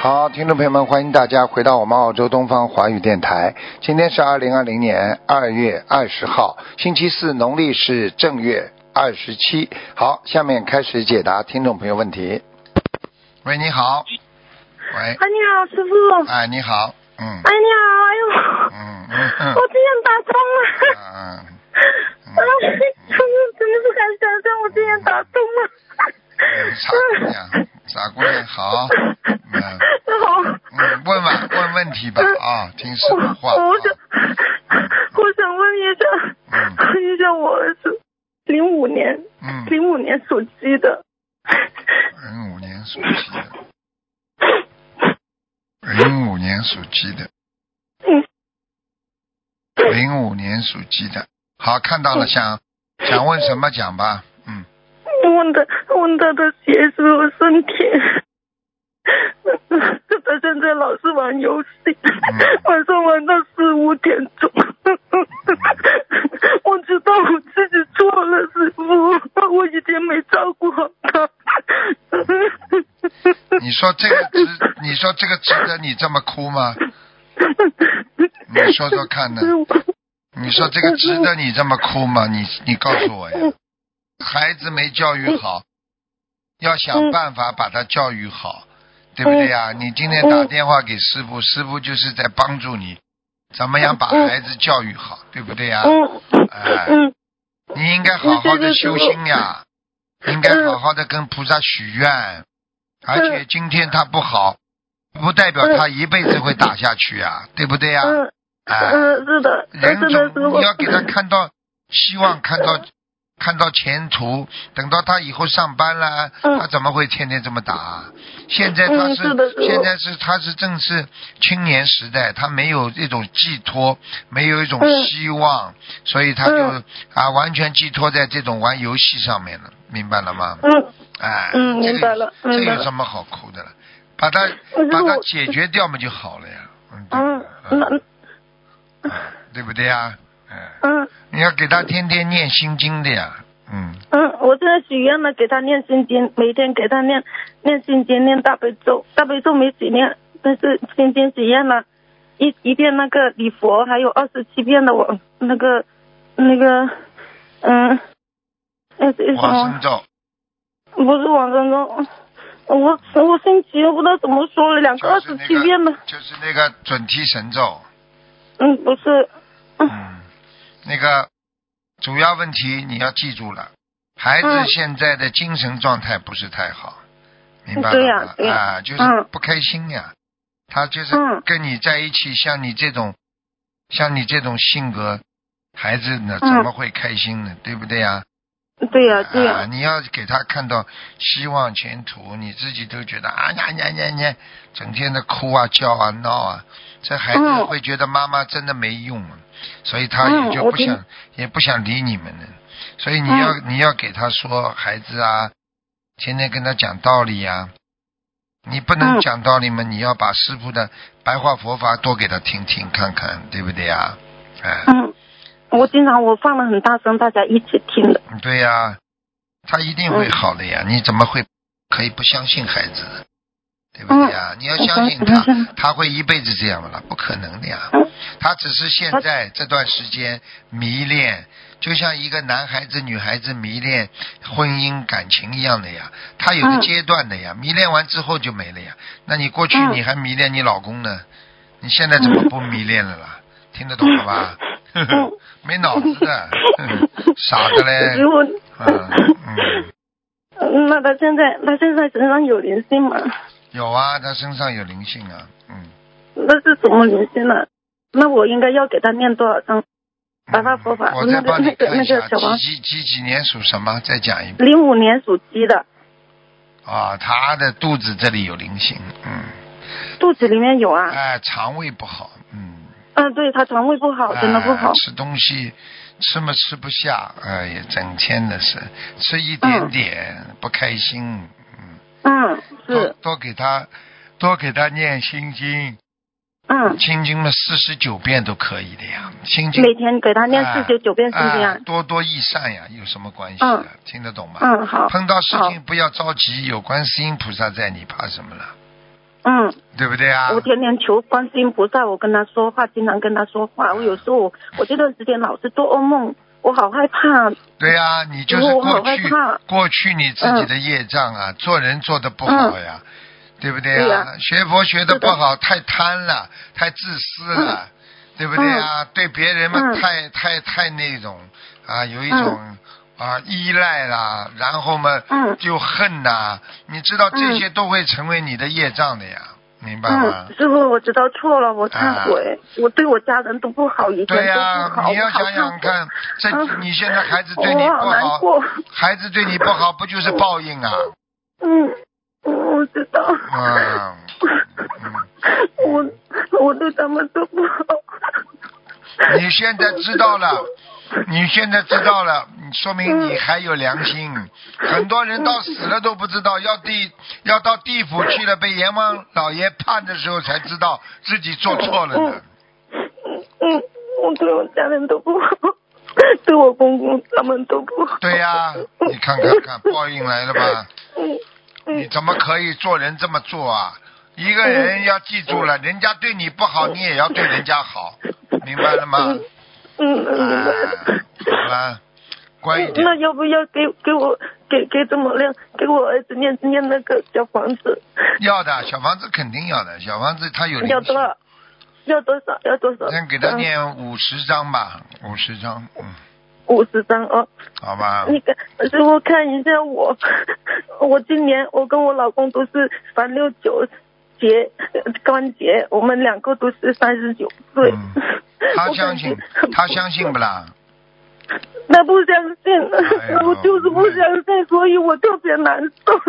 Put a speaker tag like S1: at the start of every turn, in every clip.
S1: 好，听众朋友们，欢迎大家回到我们澳洲东方华语电台。今天是二零二零年二月二十号，星期四，农历是正月二十七。好，下面开始解答听众朋友问题。喂，你好。喂，
S2: 啊，你好，师傅。
S1: 哎，你好，嗯
S2: 哎，你好，哎
S1: 嗯嗯
S2: 呦，
S1: 嗯
S2: 我竟然打通了！
S1: 嗯
S2: 啊，真的真的不敢想象，我竟然打通了！
S1: 嗯，傻姑娘，傻姑娘好，嗯
S2: 好。
S1: 嗯，问吧，问问题吧啊，听师傅话。
S2: 我我想
S1: 啊，
S2: 我想问一下，问一下我儿子，零五年，
S1: 嗯，
S2: 零五年属鸡的，
S1: 零五年属鸡的，零五年属鸡的，
S2: 嗯，
S1: 零五年属鸡的。好，看到了，想想问什么讲吧，嗯，
S2: 问的问他的学术身体，他现在老是玩游戏，晚上玩到四五点钟。我知道我自己错了，师傅，我以前没照顾好他。
S1: 你说这个值，你说这个值得你这么哭吗？嗯你说说看呢？ 你说这个值得你这么哭吗？你你告诉我呀，孩子没教育好，要想办法把他教育好，对不对呀？你今天打电话给师傅，师傅就是在帮助你，怎么样把孩子教育好，对不对呀？
S2: 嗯
S1: 哎，
S2: 嗯
S1: 你应该好好的修心呀，应该好好的跟菩萨许愿，而且今天他不好，不代表他一辈子会打下去呀，对不对呀？
S2: 嗯
S1: 哎。
S2: 嗯，是的，
S1: 人
S2: 是的，师
S1: 总
S2: 傅
S1: 你。要给他看到希望，看到看到前途。等到他以后上班了，
S2: 嗯
S1: 他怎么会天天这么打？现在他
S2: 嗯是的是的
S1: 现在是他是正是青年时代，他没有一种寄托，没有一种
S2: 嗯
S1: 希望，所以他就、
S2: 嗯
S1: 啊完全寄托在这种玩游戏上面了，明白了吗？
S2: 嗯
S1: 哎，
S2: 嗯
S1: 这个
S2: 明白了
S1: 这
S2: 明白
S1: 有
S2: 了嗯
S1: 什么好哭的了？把它
S2: 可是
S1: 把它
S2: 我
S1: 解决掉嘛就好了呀，嗯，对
S2: 嗯
S1: 吧，
S2: 那
S1: 嗯对不对呀？嗯。
S2: 嗯
S1: 你要给他天天念心经的呀，嗯，
S2: 嗯，我现在许愿了，给他念心经，每天给他念念心经，念大悲咒，大悲咒没几念，但是心经许愿了，一一遍那个礼佛，还有二十七遍的我那个那个嗯，那是什
S1: 往
S2: 么
S1: 生？咒，
S2: 不是往生咒，我我心情我不知道怎么说了，两个
S1: 就
S2: 二
S1: 是
S2: 十
S1: 那
S2: 七遍的
S1: 个，，就是那个准提神咒，
S2: 嗯，不是，
S1: 嗯，那个主要问题你要记住了，孩子
S2: 嗯
S1: 现在的精神状态不是太好，明白
S2: 对
S1: 了
S2: 呀
S1: 吗？
S2: 对呀
S1: 啊，就是
S2: 嗯
S1: 不开心呀，他就是
S2: 嗯
S1: 跟你在一起，像你这种，像你这种性格，孩子呢怎
S2: 嗯
S1: 么会开心呢？对不对呀？
S2: 对呀、对呀、
S1: 啊，你要给他看到希望前途，你自己都觉得啊呀呀呀呀，整天的哭啊叫啊闹啊，这孩子
S2: 嗯
S1: 会觉得妈妈真的没用啊，所以他
S2: 嗯
S1: 也就
S2: 我嗯
S1: 不
S2: 知
S1: 想、也不想理你们了。所以你要、你要给他说，孩子啊，天天跟他讲道理呀、你不能
S2: 嗯
S1: 讲道理嘛，你要把师傅的白话佛法多给他听听看看，对不对呀、啊？哎，
S2: 嗯，我经常我放了很大声，大家一起听的，
S1: 对呀、他一定会好的
S2: 嗯
S1: 呀！你怎么会可以不相信孩子呢？对不对呀、你要相信
S2: 嗯我相信
S1: 他，他会一辈子这样了，不可能的呀
S2: 嗯。
S1: 他只是现在这段时间迷恋，就像一个男孩子、女孩子迷恋婚姻感情一样的呀。他有个
S2: 嗯
S1: 阶段的呀，迷恋完之后就没了呀。那你过去
S2: 嗯
S1: 你还迷恋你老公呢，你现在怎么不迷恋了啦？听得懂了吧？呵呵 没脑子 的，呵呵嗯傻的嘞。
S2: 师傅。
S1: 嗯，嗯，
S2: 嗯，那他现在他现在身上有灵性吗？
S1: 有啊，他身上有灵性啊，嗯，
S2: 那是什么灵性呢、那我应该要给他念多少张？白发佛法
S1: 嗯我
S2: 那
S1: 再
S2: 个
S1: 帮你
S2: 那个
S1: 看一
S2: 那
S1: 下，
S2: 个小王
S1: 几几几几年属什么？再讲一遍
S2: 零五年属鸡的，
S1: 啊，他的肚子这里有灵性，嗯，
S2: 肚子里面有啊。
S1: 哎，肠胃不好，嗯，
S2: 嗯、对他肠胃不好，真的不好
S1: 哎。吃东西吃嘛吃不下，哎呀，整天的是吃一点点、不开心，
S2: 嗯，
S1: 多
S2: 是，
S1: 多给他多给他念心经，
S2: 嗯，
S1: 心经嘛四十九遍都可以的呀，心经
S2: 每天给他念
S1: 哎
S2: 四十九遍心经
S1: 哎
S2: 啊。
S1: 多多益善呀，有什么关系啊？
S2: 嗯
S1: 听得懂吗？
S2: 嗯，好。
S1: 碰到事
S2: 好
S1: 情不要着急，有观世音菩萨在，你怕什么了？
S2: 嗯，
S1: 对不对啊？
S2: 我天天求观世音菩萨，我跟他说话，经常跟他说话。我有时候我我这段时间老是做噩梦，我好害怕。
S1: 对呀、你就是
S2: 我
S1: 过
S2: 好害
S1: 去
S2: 怕嗯
S1: 过去你自己的业障啊，做人做的不好呀，对不对
S2: 对
S1: 呀、
S2: 呀
S1: 学佛学的
S2: 是
S1: 不
S2: 的
S1: 好，太贪了，太自私了，对不对呀、对别人嘛，
S2: 嗯
S1: 太太太那种啊，有一种、啊依赖啦，然后嘛、
S2: 嗯
S1: 就恨呐，你知道这
S2: 嗯
S1: 些都会成为你的业障的呀，明白吗？
S2: 嗯，师傅，我知道错了，我
S1: 啊
S2: 忏悔，我对我家人都不好，以前
S1: 对呀、
S2: 都不好，
S1: 你要
S2: 我好
S1: 想想
S2: 忏悔。
S1: 看，这
S2: 嗯
S1: 你现在孩子对你
S2: 我
S1: 不
S2: 好难
S1: 好，
S2: 过。
S1: 孩子对你不好，不就是报应啊？
S2: 嗯，我知道。
S1: 嗯，
S2: 我 我对他们都不好。
S1: 嗯你现在知道了，你现在知道了，说明你还有良心。很多人到死了都不知道，要地要到地府去了，被阎王老爷判的时候才知道自己做错了呢。
S2: 嗯，我对我家人都不好，对我公公他们都不好。
S1: 对呀、你看看看，报应来了吧？
S2: 嗯
S1: 你怎么可以做人这么做啊？一个人要记住了，人家对你不好，你也要对人家好，明白了吗？
S2: 嗯
S1: 啊
S2: 嗯，明白了。
S1: 好了，乖一点
S2: 那。要不要给给我给给怎么亮给我儿子念念那个小房子？
S1: 要的，小房子肯定要的，小房子它有灵
S2: 要
S1: 性
S2: 多。少？要多少？要多少？
S1: 先给他念五十章吧，五十章，嗯，
S2: 五十张哦。
S1: 好吧。
S2: 你看，师傅看一下我，我今年我跟我老公都是三六九节关节，我们两个都是三十九岁
S1: 嗯。 他
S2: 我
S1: 相
S2: 感
S1: 信
S2: 觉，
S1: 他相信不啦？
S2: 他不相信，
S1: 哎呀
S2: 我就是不相信，所以我特别难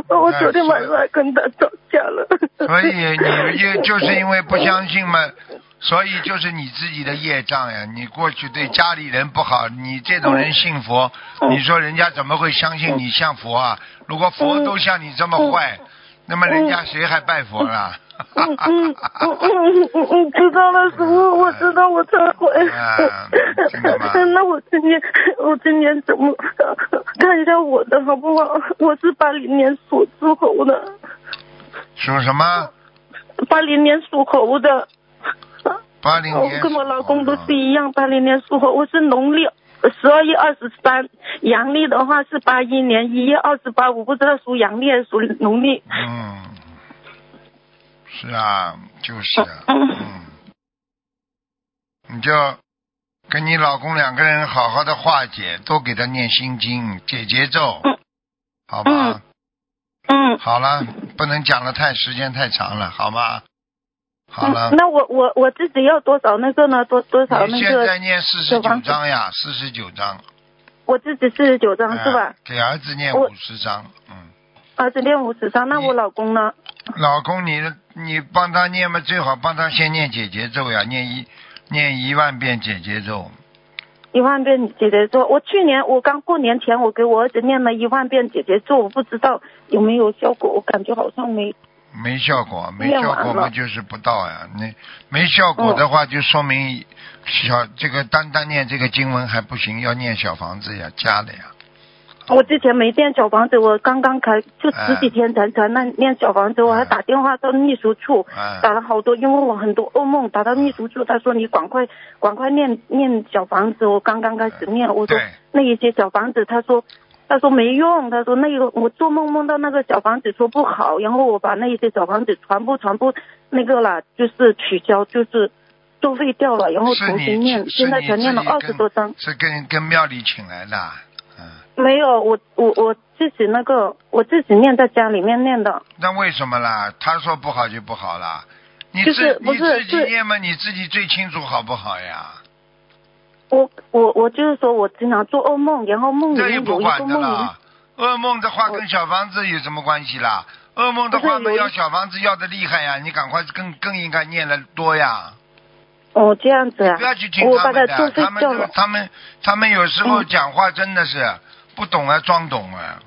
S2: 受。我昨天晚上还跟他吵架了。
S1: 所以你就就是因为不相信嘛，所以就是你自己的业障呀。你过去对家里人不好，你这种人信佛，
S2: 嗯
S1: 你说人家怎么会相信你像佛啊？如果佛都像你这么坏，那么人家谁还拜佛啦？
S2: 嗯 嗯嗯嗯嗯嗯，知道了，师傅，我知道，我忏悔。
S1: 啊真的吗
S2: 那我今年，我今年怎么看一下我的好不好？我是八零年属猪猴的，
S1: 属什么？
S2: 八零年属猴的。
S1: 八零
S2: 我
S1: 年。
S2: 哦
S1: 嗯
S2: 跟我老公都是一样，八零年属猴，我是农历十二月二十三，阳历的话是八一年一月二十八，我不知道属阳历还是属农历。
S1: 嗯，是啊，就是 啊，
S2: 嗯
S1: 嗯，你就跟你老公两个人好好的化解，多给他念心经、解节奏，
S2: 嗯
S1: 好吧？
S2: 嗯嗯。
S1: 好了，不能讲了太时间太长了，好吗？好了，
S2: 嗯、那我我我自己要多少那个呢？多多少
S1: 你
S2: 那
S1: 现
S2: 个？
S1: 在念四十
S2: 小
S1: 九
S2: 房子
S1: 章呀，四十九章，
S2: 我自己四十九张
S1: 哎
S2: 是吧？
S1: 给儿子念
S2: 我
S1: 五十章，嗯。
S2: 二十练五十张，那
S1: 你
S2: 我老公呢？
S1: 老公你，你帮他念嘛，最好帮他先念解结咒呀，念一念一万遍解结咒。
S2: 一万遍姐姐咒，我去年我刚过年前，我给我儿子念了一万遍姐姐咒，我不知道有没有效果，我感觉好像没。
S1: 没效果，没
S2: 念
S1: 效
S2: 完
S1: 果嘛
S2: 了
S1: 就是不到呀。那没效果的话，就说明小、这个单单念这个经文还不行，要念小房子呀，加的呀。
S2: 我之前没念小房子，我刚刚才就十
S1: 啊
S2: 几天才才那念小房子，我还打电话到秘书处，
S1: 哎
S2: 打了好多，因为我很多噩梦，打到秘书处，他说你赶快赶快念念小房子，我刚刚开始念，我说
S1: 对
S2: 那一些小房子，他说他说没用，他说那个我做梦梦到那个小房子说不好，然后我把那一些小房子全部全部那个啦，就是取消，就是作废掉了，然后
S1: 是
S2: 重
S1: 你
S2: 新
S1: 是
S2: 念，现在
S1: 你自
S2: 全
S1: 己
S2: 念了二十
S1: 跟
S2: 多张。
S1: 是跟跟庙里请来的啊，嗯。
S2: 没有，我我我自己那个我自己念在家里面念的，
S1: 那为什么啦？他说不好就不好啦。你
S2: 就
S1: 自、
S2: 是不
S1: 你
S2: 是
S1: 自己
S2: 是
S1: 念嘛，你自己最清楚好不好呀？
S2: 我我我就是说我经常做噩梦，然后梦里
S1: 这也
S2: 面
S1: 不
S2: 有一个
S1: 管的
S2: 梦里
S1: 啦。噩梦的话跟小房子有什么关系啦？噩梦的话
S2: 不是有
S1: 们
S2: 一
S1: 要小房子要的厉害呀，你赶快更更应该念的多呀，
S2: 哦这样子啊
S1: 不要去听，
S2: 我
S1: 他
S2: 把
S1: 们的
S2: 它作，
S1: 他
S2: 废
S1: 们
S2: 掉
S1: 就
S2: 了。
S1: 他们他们有时候
S2: 嗯
S1: 讲话真的是不懂啊，装懂啊，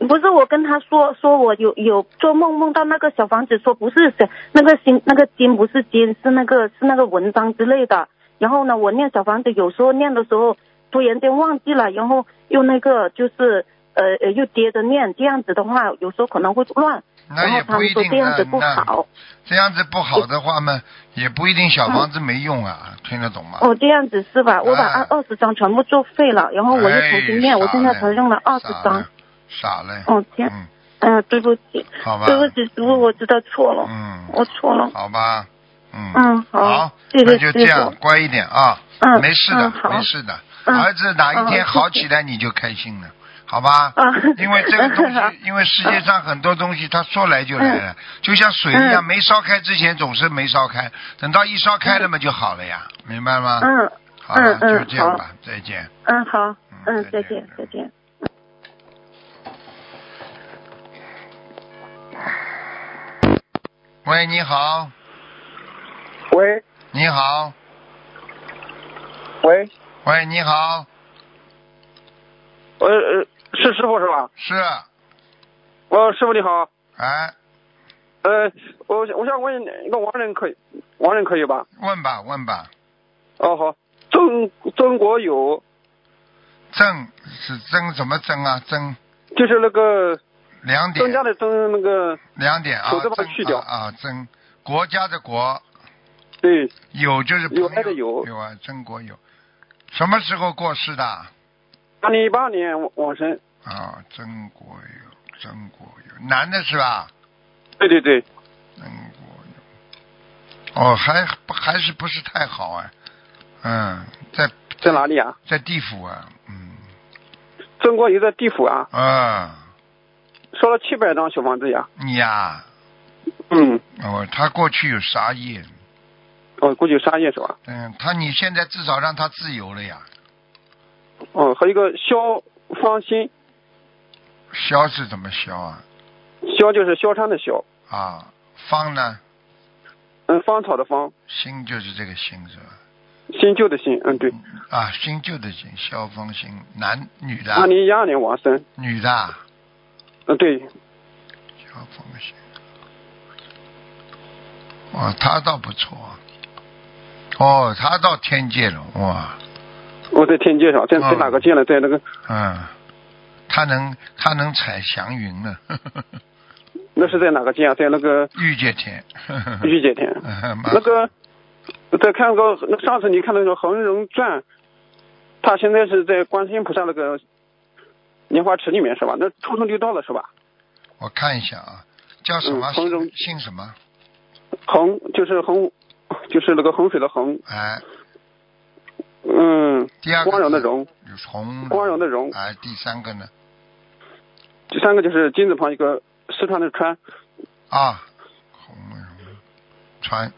S2: 不是我跟他说说我有有做梦梦到那个小房子，说不是谁那个心那个经不是经是那个是那个文章之类的。然后呢，我念小房子有时候念的时候突然间忘记了，然后又那个就是呃呃又接着念，这样子的话有时候可能会乱。
S1: 那
S2: 然后
S1: 也
S2: 他
S1: 不
S2: 们
S1: 一
S2: 说
S1: 定啊
S2: 这样子不
S1: 那那
S2: 好，
S1: 这样子不好的话嘛，也不一定小房子没用啊，听得懂吗？
S2: 哦，这样子是吧？我把
S1: 哎
S2: 二二十张全部作废了，然后我又重新
S1: 哎
S2: 念，我
S1: 傻
S2: 现在
S1: 嘞
S2: 才用了二十
S1: 傻
S2: 张
S1: 嘞。傻嘞，
S2: 哦，天，
S1: 嗯，
S2: 哎呀，对不起，
S1: 好吧，
S2: 对不起，师哦傅，我知道错了，
S1: 嗯，
S2: 我错了。
S1: 好吧，嗯，
S2: 嗯，
S1: 好，
S2: 谢
S1: 那
S2: 谢
S1: 就
S2: 师
S1: 这样
S2: 傅。，
S1: 乖一点啊，
S2: 嗯，
S1: 没事
S2: 嗯
S1: 的，
S2: 好
S1: 没事的，
S2: 嗯
S1: 儿子哪一天
S2: 嗯
S1: 好起来你就开心了，好吧？
S2: 啊，
S1: 因为这个东
S2: 好
S1: 西， 因为世界上很多东西，它说来就来了，就像水一样，
S2: 嗯
S1: 没烧开之前总是没烧开，等到一烧开了嘛就好了呀，明白吗？
S2: 嗯
S1: 好了，
S2: 嗯
S1: 就这样
S2: 好
S1: 吧，再见。
S2: 嗯好，
S1: 嗯
S2: 嗯
S1: 再
S2: 再
S1: 见
S2: 见再见。
S1: 喂，你好，
S3: 喂
S1: 你好，
S3: 喂，
S1: 喂，你好，
S3: 呃呃，是师傅是吧？
S1: 是，
S3: 呃，师傅你好，
S1: 哎，
S3: 呃，我想我想问一个亡人可以，亡人可以吧？
S1: 问吧，问吧，
S3: 哦好，曾曾国友
S1: 曾是曾什么曾啊？曾
S3: 就是那个
S1: 两点
S3: 增，加的增那个
S1: 两点啊，
S3: 手字旁
S1: 曾
S3: 去掉
S1: 啊啊，曾国家的国，
S3: 对，
S1: 有就是朋
S3: 有
S1: 友
S3: 爱的有
S1: 有啊，曾国有，什么时候过世的？
S3: 二零一八年往往生，
S1: 啊，曾国有，曾国有，男的是吧？
S3: 对对对，
S1: 曾国有，哦，还不还是不是太好啊？嗯，在
S3: 在哪里啊？
S1: 在地府啊，嗯
S3: 曾国友在地府啊，
S1: 啊，
S3: 烧了七百张小房子呀，
S1: 你呀、
S3: 嗯，
S1: 哦，他过去有杀业，
S3: 哦，估计有商业是吧？
S1: 嗯，他你现在至少让他自由了呀。
S3: 哦，还有一个萧芳心，
S1: 消是怎么消啊？
S3: 萧就是萧山的萧，
S1: 啊，方呢？
S3: 嗯，芳草的芳，
S1: 新就是这个新是吧？
S3: 新旧的新，嗯对，
S1: 啊，新旧的新，消方新，男女的啊
S3: 二，零一二年往生，
S1: 女的啊，
S3: 嗯对，
S1: 消方新。哦，他倒不错。哦，他到天界了，哇，
S3: 我在天界上，在在
S1: 嗯
S3: 哪个界呢？在那个
S1: 嗯，他能他能踩祥云了，
S3: 那是在哪个界啊？在那个
S1: 御界天。 嗯
S3: 御界天。
S1: 蛮好
S3: 那个再看个，那上次你看那个《恒荣传》，他现在是在观世音菩萨那个莲花池里面是吧？那畜生六道了是吧？
S1: 我看一下啊，叫什么？
S3: 嗯彭
S1: 姓
S3: 荣
S1: 姓什么？
S3: 衡就是衡，就是那个衡水的衡，
S1: 哎，
S3: 嗯，
S1: 第二个
S3: 光荣的
S1: 字
S3: 荣。
S1: 荣
S3: 光荣的荣
S1: 哎，第三个呢？
S3: 第三个就是金字旁一个四川的川，
S1: 啊，红荣川，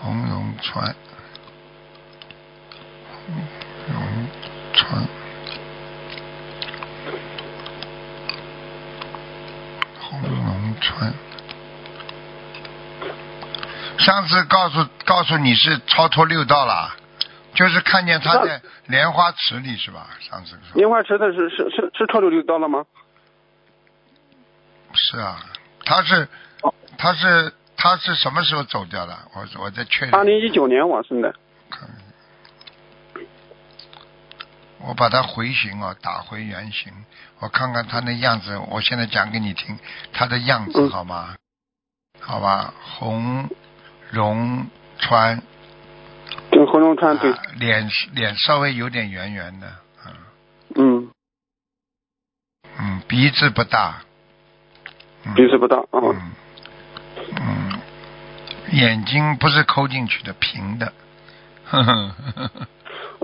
S1: 红荣川，红荣川，红荣川。上次告诉告诉你是超脱六道了，就是看见他在莲花池里是吧？上次说
S3: 莲花池的是是是是超度六道了吗？
S1: 是啊，他是
S3: 哦
S1: 他是他是什么时候走掉的？我我在确认。
S3: 二零一九年往生的，
S1: 看我把它回形哦，打回原形，我看看他那样子。我现在讲给你听，他的样子
S3: 嗯
S1: 好吗？好吧，红荣川，
S3: 就是衡荣川嗯对
S1: 啊，脸脸稍微有点圆圆的，嗯
S3: 嗯，
S1: 嗯，鼻子不大，嗯、
S3: 鼻子不大啊，
S1: 嗯，嗯，眼睛不是抠进去的，平的， 呵呵呵呵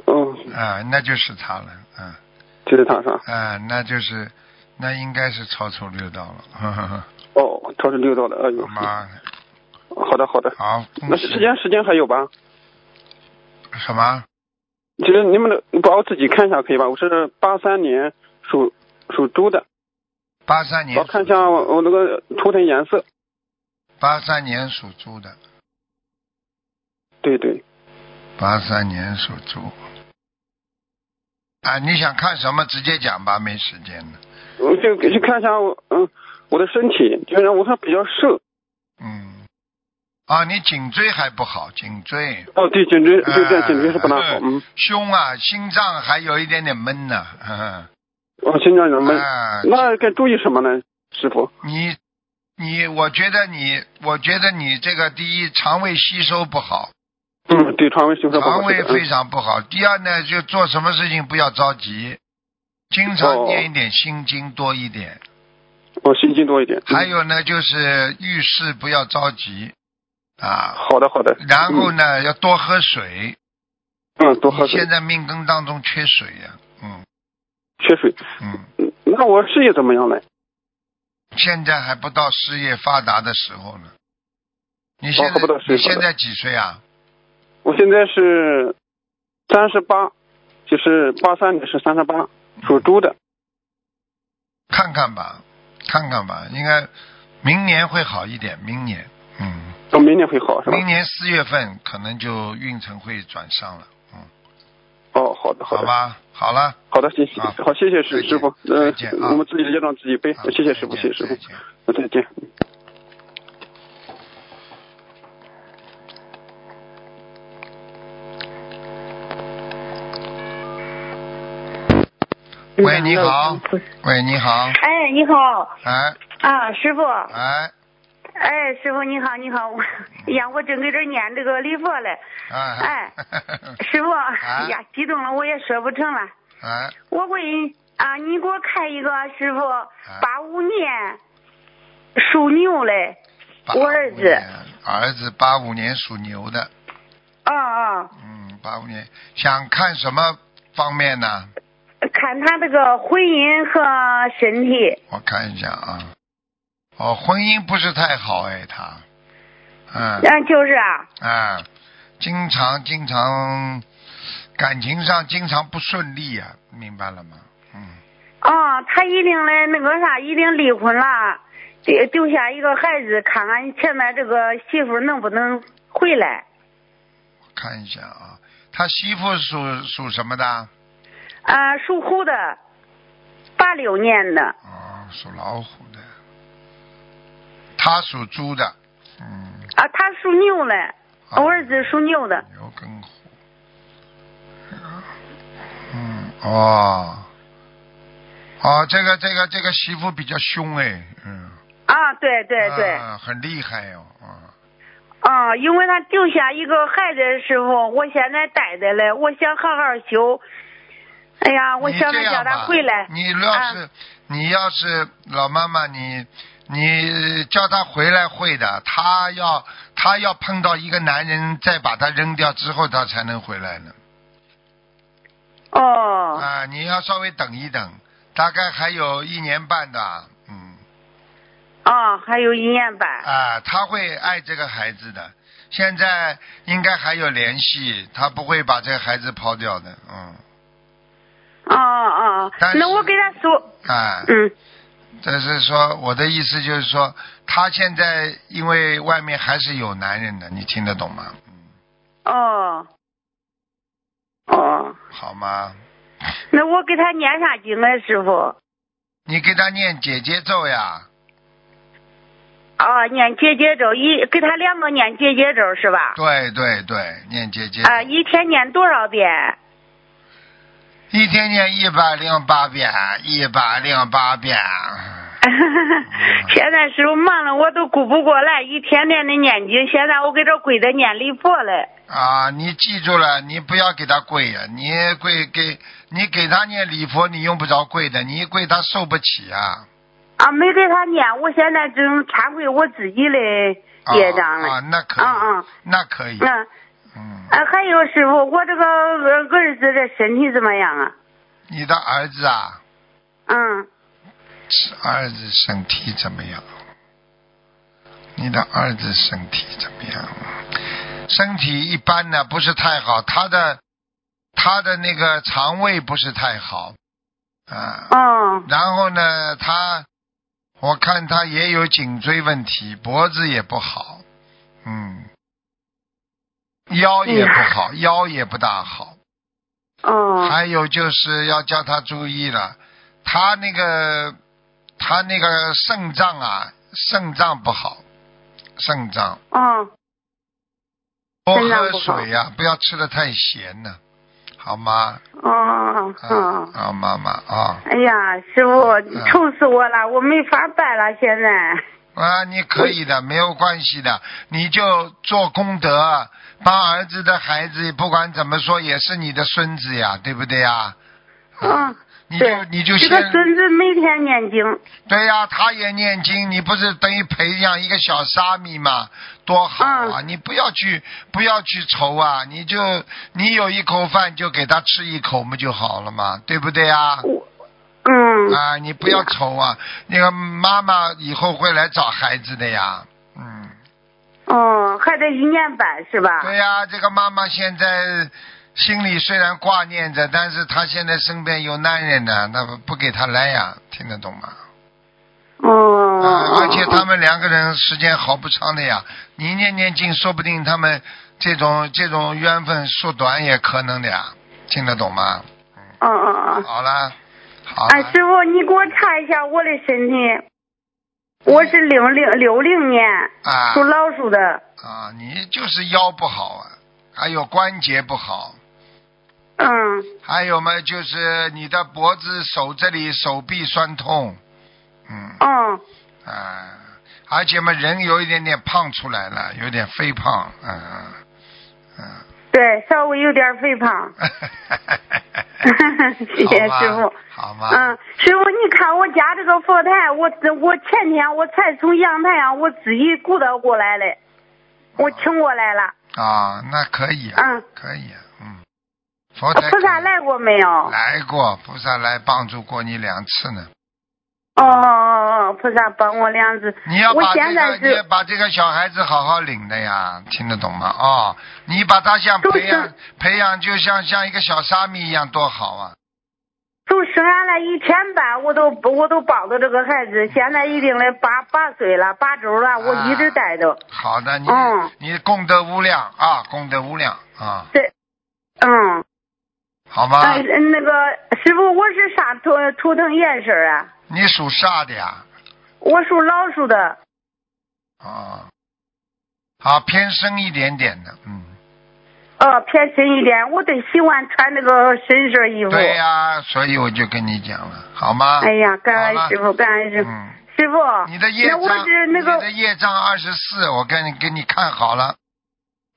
S3: 嗯，
S1: 啊，那就是他了，啊
S3: 就是他是吧？
S1: 啊，那就是，那应该是超出六道了，呵呵呵
S3: 哦，超市六到了，哎呦
S1: 好， 吗？
S3: 好的好的，
S1: 好，恭
S3: 那
S1: 喜
S3: 时间时间还有吧？
S1: 什么？
S3: 其实你们能帮我自己看一下可以吧？我是八三年属属猪的，
S1: 八三年
S3: 我看一下我我那个图腾颜色。
S1: 八三年属猪的，
S3: 对对，
S1: 八三年属猪。啊，你想看什么直接讲吧，没时间了。
S3: 我就就看一下我嗯我的身体，就是我还比较瘦。
S1: 嗯，啊，你颈椎还不好，颈椎。
S3: 哦，对，颈椎
S1: 哎
S3: 对对，颈椎是不大好，嗯，
S1: 胸啊，心脏还有一点点闷呢、嗯
S3: 哦我心脏有点闷。嗯
S1: 啊，
S3: 那该注意什么呢？师傅？
S1: 你你，我觉得你，我觉得你这个第一肠胃吸收不好，
S3: 嗯，对，嗯肠胃修复不好
S1: 肠胃
S3: 这个
S1: 非常不好。第二呢，就做什么事情不要着急，经常
S3: 哦
S1: 念一点心经多一点。
S3: 嗯我心经多一点。嗯
S1: 还有呢，就是遇事不要着急啊，
S3: 好的好的。
S1: 然后呢，要多喝水。
S3: 嗯，嗯，多喝
S1: 你
S3: 水
S1: 现，在命根当中缺水呀、嗯
S3: 缺水。
S1: 嗯，
S3: 嗯那我事业怎么样嘞？
S1: 现在还不到事业发达的时候呢。你现
S3: 哦
S1: 在、
S3: 还不到事业
S1: 你
S3: 发达
S1: 现在几岁啊？
S3: 我现在是三十八，就是八三年是三十八，属猪的。
S1: 看看吧，看看吧，应该明年会好一点。明年，嗯，
S3: 我明年会好是吧
S1: 明？年四月份可能就运程会转上了。嗯，
S3: 哦，好的好
S1: 好
S3: 的
S1: 吧，好了，
S3: 好的，谢谢
S1: 好
S3: 好谢
S1: 再
S3: 谢师
S1: 见
S3: 师傅，
S1: 再
S3: 嗯
S1: 见，啊
S3: 我们自己的业障自己背
S1: 好，
S3: 哎谢谢师傅，
S1: 再
S3: 谢
S1: 见
S3: 谢师
S1: 再
S3: 傅，嗯
S1: 见
S3: 再见。
S1: 喂，你好，喂，你好，
S4: 嗯哎，你好
S1: 哎
S4: 啊，师傅。
S1: 哎
S4: 哎，师傅你好，你好。 我哎呀，我正搁这念这个礼佛嘞。
S1: 哎，
S4: 师傅，
S1: 啊
S4: 哎呀，激动了，我也说不成了。
S1: 哎，
S4: 我问啊，你给我看一个师傅，
S1: 啊
S4: 八五年属牛嘞。
S1: 八
S4: 我儿
S1: 五
S4: 子
S1: 年，儿子八五年属牛的，
S4: 啊啊，
S1: 嗯，八五年想看什么方面呢？
S4: 看他这个婚姻和身体。
S1: 我看一下啊，哦，婚姻不是太好哎，他，嗯
S4: 嗯，就是啊。
S1: 啊，经常经常感情上经常不顺利啊，明白了吗？嗯，
S4: 啊，他已经嘞那个啥，已经离婚了，丢丢下一个孩子，看看现在这个媳妇能不能回来。
S1: 我看一下啊，他媳妇属属什么的？
S4: 啊，属虎的，八六年的。
S1: 哦，属老虎的。他属猪的，嗯，
S4: 啊，他属牛嘞，
S1: 啊
S4: 我儿子属牛的。
S1: 牛跟虎，嗯，哦，哦，这个这个这个媳妇比较凶哎，嗯，
S4: 啊，对对对，
S1: 啊很厉害哦，啊，
S4: 啊，因为他丢下一个孩子的时候，我现在带着嘞，我想好好修。哎呀，我
S1: 你
S4: 想
S1: 这
S4: 着
S1: 样
S4: 叫
S1: 吧
S4: 他回来。嗯啊
S1: 你要是、你要是老妈妈，你你叫他回来会的，他要他要碰到一个男人再把他扔掉之后，他才能回来呢。
S4: 哦，
S1: 啊，你要稍微等一等，大概还有一年半的，嗯，
S4: 啊，还有一年半。
S1: 啊，他会爱这个孩子的。现在应该还有联系，他不会把这个孩子抛掉的，嗯，
S4: 啊啊
S1: 但，是
S4: 那我给他说，
S1: 啊，
S4: 嗯，
S1: 但是说我的意思就是说，他现在因为外面还是有男人的，你听得懂吗？
S4: 哦，哦，
S1: 好吗？
S4: 那我给他念啥经啊，师傅？
S1: 你给他念姐姐咒呀，
S4: 啊，念姐姐咒一，给他两个念姐姐咒是吧？
S1: 对对对，念姐姐，
S4: 啊，一天念多少遍？
S1: 一天念一百零八遍，一百零八遍，
S4: 现在师傅忙了，我都顾不过来，一天天的念经。现在我给这跪着念礼佛嘞。
S1: 啊，你记住了，你不要给他跪呀、你跪给你给他念礼佛，你用不着跪的，你一跪他受不起啊。
S4: 啊，没给他念，我现在只能忏悔我自己的
S1: 啊
S4: 业障了。
S1: 啊，那可以，
S4: 嗯嗯
S1: 那可以，
S4: 嗯，
S1: 嗯，
S4: 啊，还有师傅，我这个儿儿子这身体怎么样啊？
S1: 你的儿子啊，
S4: 嗯，
S1: 儿子身体怎么样？你的儿子身体怎么样？身体一般呢，不是太好，他的他的那个肠胃不是太好啊。
S4: 哦，
S1: 然后呢，他我看他也有颈椎问题，脖子也不好，嗯，腰也不好，腰也不大好。
S4: 哦，
S1: 还有就是要叫他注意了，他那个他那个肾脏啊，肾脏不好，肾脏
S4: 哦，
S1: 多
S4: 肾
S1: 喝
S4: 脏
S1: 啊
S4: 不好
S1: 水呀、不要吃的太咸了，好吗？
S4: 哦，啊啊！
S1: 啊，妈妈啊，
S4: 哎呀，师傅，愁死我了，我没法办了，现在。
S1: 啊，你可以的，没有关系的，你就做功德，帮儿子的孩子，不管怎么说也是你的孙子呀，对不对呀？
S4: 嗯，
S1: 你就
S4: 对，
S1: 啊你就
S4: 这个
S1: 先
S4: 孙子每天念经，
S1: 对呀、他也念经，你不是等于培养一个小沙弥嘛，多好啊！你不要去不要去愁啊，你就你有一口饭就给他吃一口不就好了嘛，对不对呀？
S4: 我，嗯，
S1: 啊，你不要愁啊，那个妈妈以后会来找孩子的呀，嗯。
S4: 哦，还得一年半是吧？
S1: 对呀、这个妈妈现在心里虽然挂念着，但是她现在身边有男人呢，那不不给她来呀，听得懂吗？
S4: 哦，
S1: 啊，而且他们两个人时间好不长的呀，你念念经，说不定他们这种这种缘分缩短也可能的呀，听得懂吗？
S4: 嗯嗯嗯，
S1: 好了，好
S4: 哎，
S1: 了，
S4: 师傅，你给我查一下我的身体，我是零零六零年
S1: 啊
S4: 属老鼠的，
S1: 啊，你就是腰不好啊，还有关节不好，
S4: 嗯，
S1: 还有嘛就是你的脖子、手这里、手臂酸痛，嗯。
S4: 哦，
S1: 啊，而且嘛，人有一点点胖出来了，有点肥胖，嗯嗯。
S4: 对，稍微有点肥胖
S1: 嗯，
S4: 谢谢师傅。
S1: 好吗？好吗
S4: 嗯，师傅，你看我家这个佛台，我我前天我才从阳台上我自己鼓捣过来的，我请过来了。
S1: 啊，那可以啊，
S4: 嗯
S1: 可以啊，嗯，佛台
S4: 菩萨
S1: 可以
S4: 来过没有？
S1: 来过，菩萨来帮助过你两次呢。
S4: 哦哦哦，菩萨帮我两次。
S1: 你要
S4: 我
S1: 把这
S4: 现
S1: 个，
S4: 在
S1: 你要
S4: 是
S1: 把这个小孩子好好领的呀，听得懂吗？哦，你把他像
S4: 都
S1: 培养
S4: 是
S1: 培养，就像像一个小沙弥一样，多好啊！
S4: 从生下来一天半，我都我都抱着这个孩子，现在已经来八八岁了，八周了，我一直带着。
S1: 好的，你、
S4: 嗯
S1: 你功德无量啊，功德无量啊，
S4: 这，嗯，
S1: 好吗？
S4: 哎，那个师傅，我是啥图图腾颜色啊？
S1: 你属煞的呀，
S4: 我属老鼠的。
S1: 啊，好偏深一点点的，嗯，
S4: 哦，偏深一点，我最喜欢穿那个深色衣服。
S1: 对呀、所以我就跟你讲了，好吗？
S4: 哎呀，感
S1: 好了
S4: 恩师傅，感恩师傅。
S1: 嗯，
S4: 师傅，
S1: 你的业
S4: 那
S1: 障，
S4: 我是那
S1: 你
S4: 个
S1: 的业障二十四，我跟你给你看好了，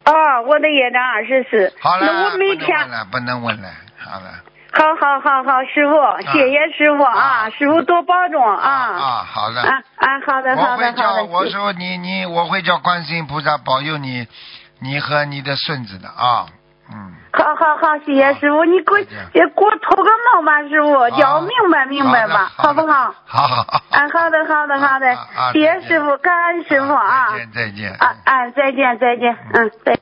S4: 哦，我的业障二十四。
S1: 好了，
S4: 那我每
S1: 不能问
S4: 天，
S1: 了，不能问了，好了，
S4: 好好好好，师傅，谢谢师傅
S1: 嗯啊
S4: 啊，师傅多保重啊。
S1: 啊，好了。
S4: 啊啊，好的
S1: 我
S4: 好的
S1: 会叫，
S4: 好
S1: 我
S4: 的。
S1: 说你你，我会叫观世音菩萨保佑你，你和你的孙子的啊，嗯。
S4: 好好好，谢谢师傅，你给我
S1: 啊再见
S4: 也给我托个梦吧，师傅，叫
S1: 好
S4: 我明白明白吧，
S1: 啊好
S4: 好
S1: 的
S4: 不好？？
S1: 好好好。
S4: 啊，好的好的好的
S1: 啊啊，
S4: 谢
S1: 再
S4: 谢
S1: 见
S4: 师傅，感恩师傅啊
S1: 再见再见。嗯
S4: 啊啊，再见再见，嗯，再见。